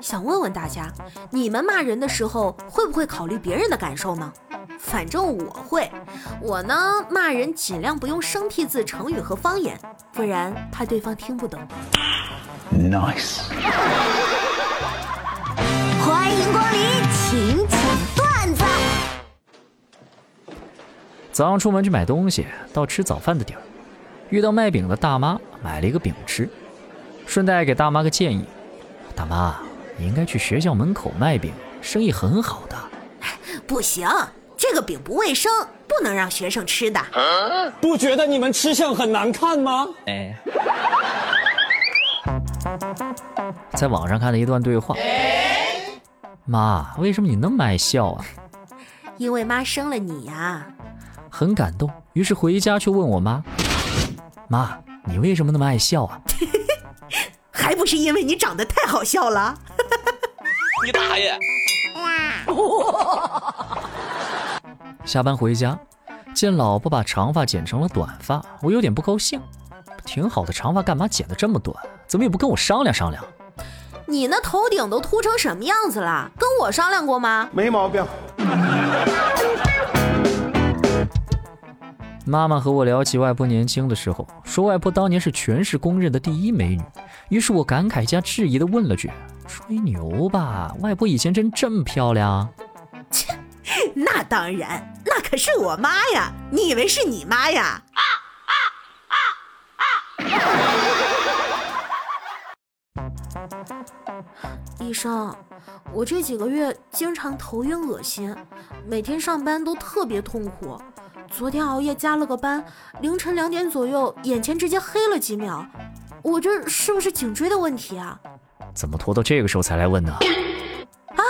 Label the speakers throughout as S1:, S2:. S1: 想问问大家，你们骂人的时候会不会考虑别人的感受呢？反正我会，我呢骂人尽量不用生僻字、成语和方言，不然怕对方听不懂。
S2: Nice。
S3: 欢迎光临请讲段子。
S4: 早上出门去买东西，到吃早饭的地儿，遇到卖饼的大妈，买了一个饼吃，顺带给大妈个建议：大妈，你应该去学校门口卖饼，生意很好的。
S1: 不行，这个饼不卫生，不能让学生吃的。
S5: 不觉得你们吃相很难看吗？
S4: 哎，在网上看了一段对话，妈，为什么你那么爱笑啊？
S1: 因为妈生了你呀、
S4: 很感动，于是回家去问我妈：“妈，你为什么那么爱笑啊
S1: 还不是因为你长得太好笑了。
S5: 你大爷！？”
S4: 下班回家，见老婆把长发剪成了短发，我有点不高兴。挺好的长发，干嘛剪得这么短？怎么也不跟我商量商量？
S1: 你那头顶都秃成什么样子了？跟我商量过吗？
S6: 没毛病。
S4: 妈妈和我聊起外婆年轻的时候，说外婆当年是全市公认的第一美女。于是我感慨加质疑的问了句：“吹牛吧，外婆以前真这么漂亮啊？”
S1: 那当然，那可是我妈呀！你以为是你妈呀？ 医生，我这几个月经常头晕恶心，每天上班都特别痛苦。昨天熬夜加了个班，凌晨两点左右，眼前直接黑了几秒。我这是不是颈椎的问题啊？
S4: 怎么拖到这个时候才来问呢？
S1: 呃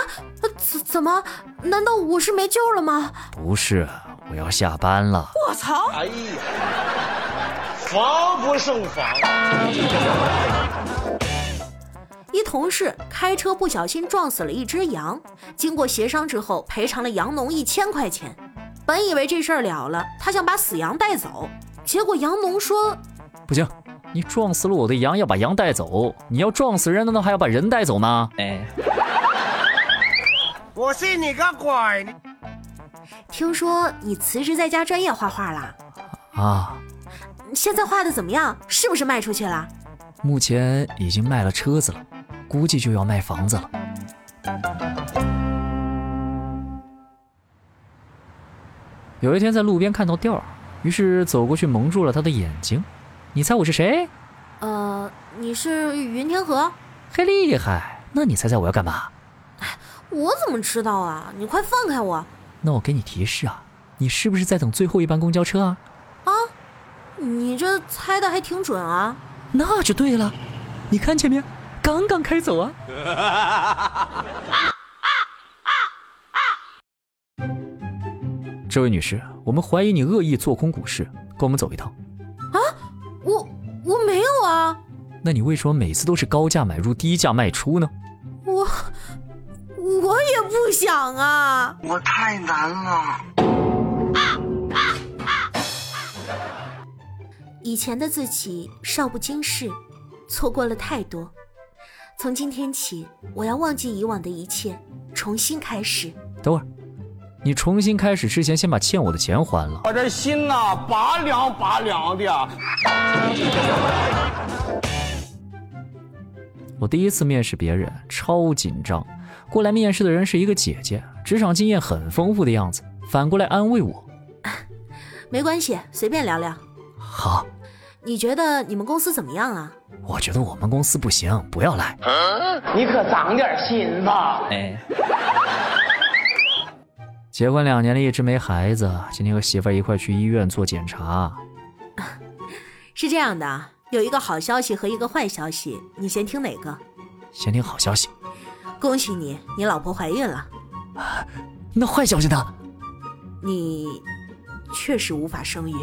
S1: 怎怎么？难道我是没救了吗？
S4: 不是，我要下班了。
S5: 哎呀，防不胜防。
S1: 一同事开车不小心撞死了一只羊，经过协商之后赔偿了羊农一千块钱。本以为这事儿了了，他想把死羊带走，结果羊农说
S4: 不行，你撞死了我的羊，要把羊带走。你要撞死人，难道还要把人带走吗？哎，
S7: 我信你个鬼！：“
S1: 听说你辞职在家专业画画啦，
S4: 啊，
S1: 现在画的怎么样？是不是卖出去了
S4: 目前已经卖了车子了，估计就要卖房子了。有一天在路边看到调儿，于是走过去蒙住了他的眼睛。你猜我是谁？？”
S1: 呃，你是云天河？
S4: 嘿，厉害！那你猜猜我要干嘛？
S1: 我怎么知道啊？你快放开我！
S4: 那我给你提示啊，你是不是在等最后一班公交车啊？
S1: 你这猜的还挺准啊！
S4: 那就对了，你看前面，刚刚开走啊。这位女士，我们怀疑你恶意做空股市，跟我们走一趟。
S1: 我我没有啊，
S4: 那你为什么每次都是高价买入，低价卖出呢？
S1: 我我也不想啊。
S7: 我太难了。
S1: 以前的自己少不经事，错过了太多。从今天起，我要忘记以往的一切，重新开始。
S4: 等会儿，你重新开始之前，先把欠我的钱还了。
S5: 我这心呐、拔凉拔凉的。
S4: 我第一次面试别人，超紧张。过来面试的人是一个姐姐，职场经验很丰富的样子，反过来安慰我。
S1: 没关系，随便聊聊。
S4: 好，
S1: 你觉得你们公司怎么样啊？
S4: 我觉得我们公司不行，不要来。
S7: 你可长点心吧。
S4: 哎，结婚两年了，一直没孩子。今天和媳妇儿一块去医院做检查。
S1: 是这样的啊，有一个好消息和一个坏消息，你先听哪个？
S4: 先听好消息，
S1: 恭喜你，你老婆怀孕了，
S4: 那坏消息呢？
S1: 你确实无法生育。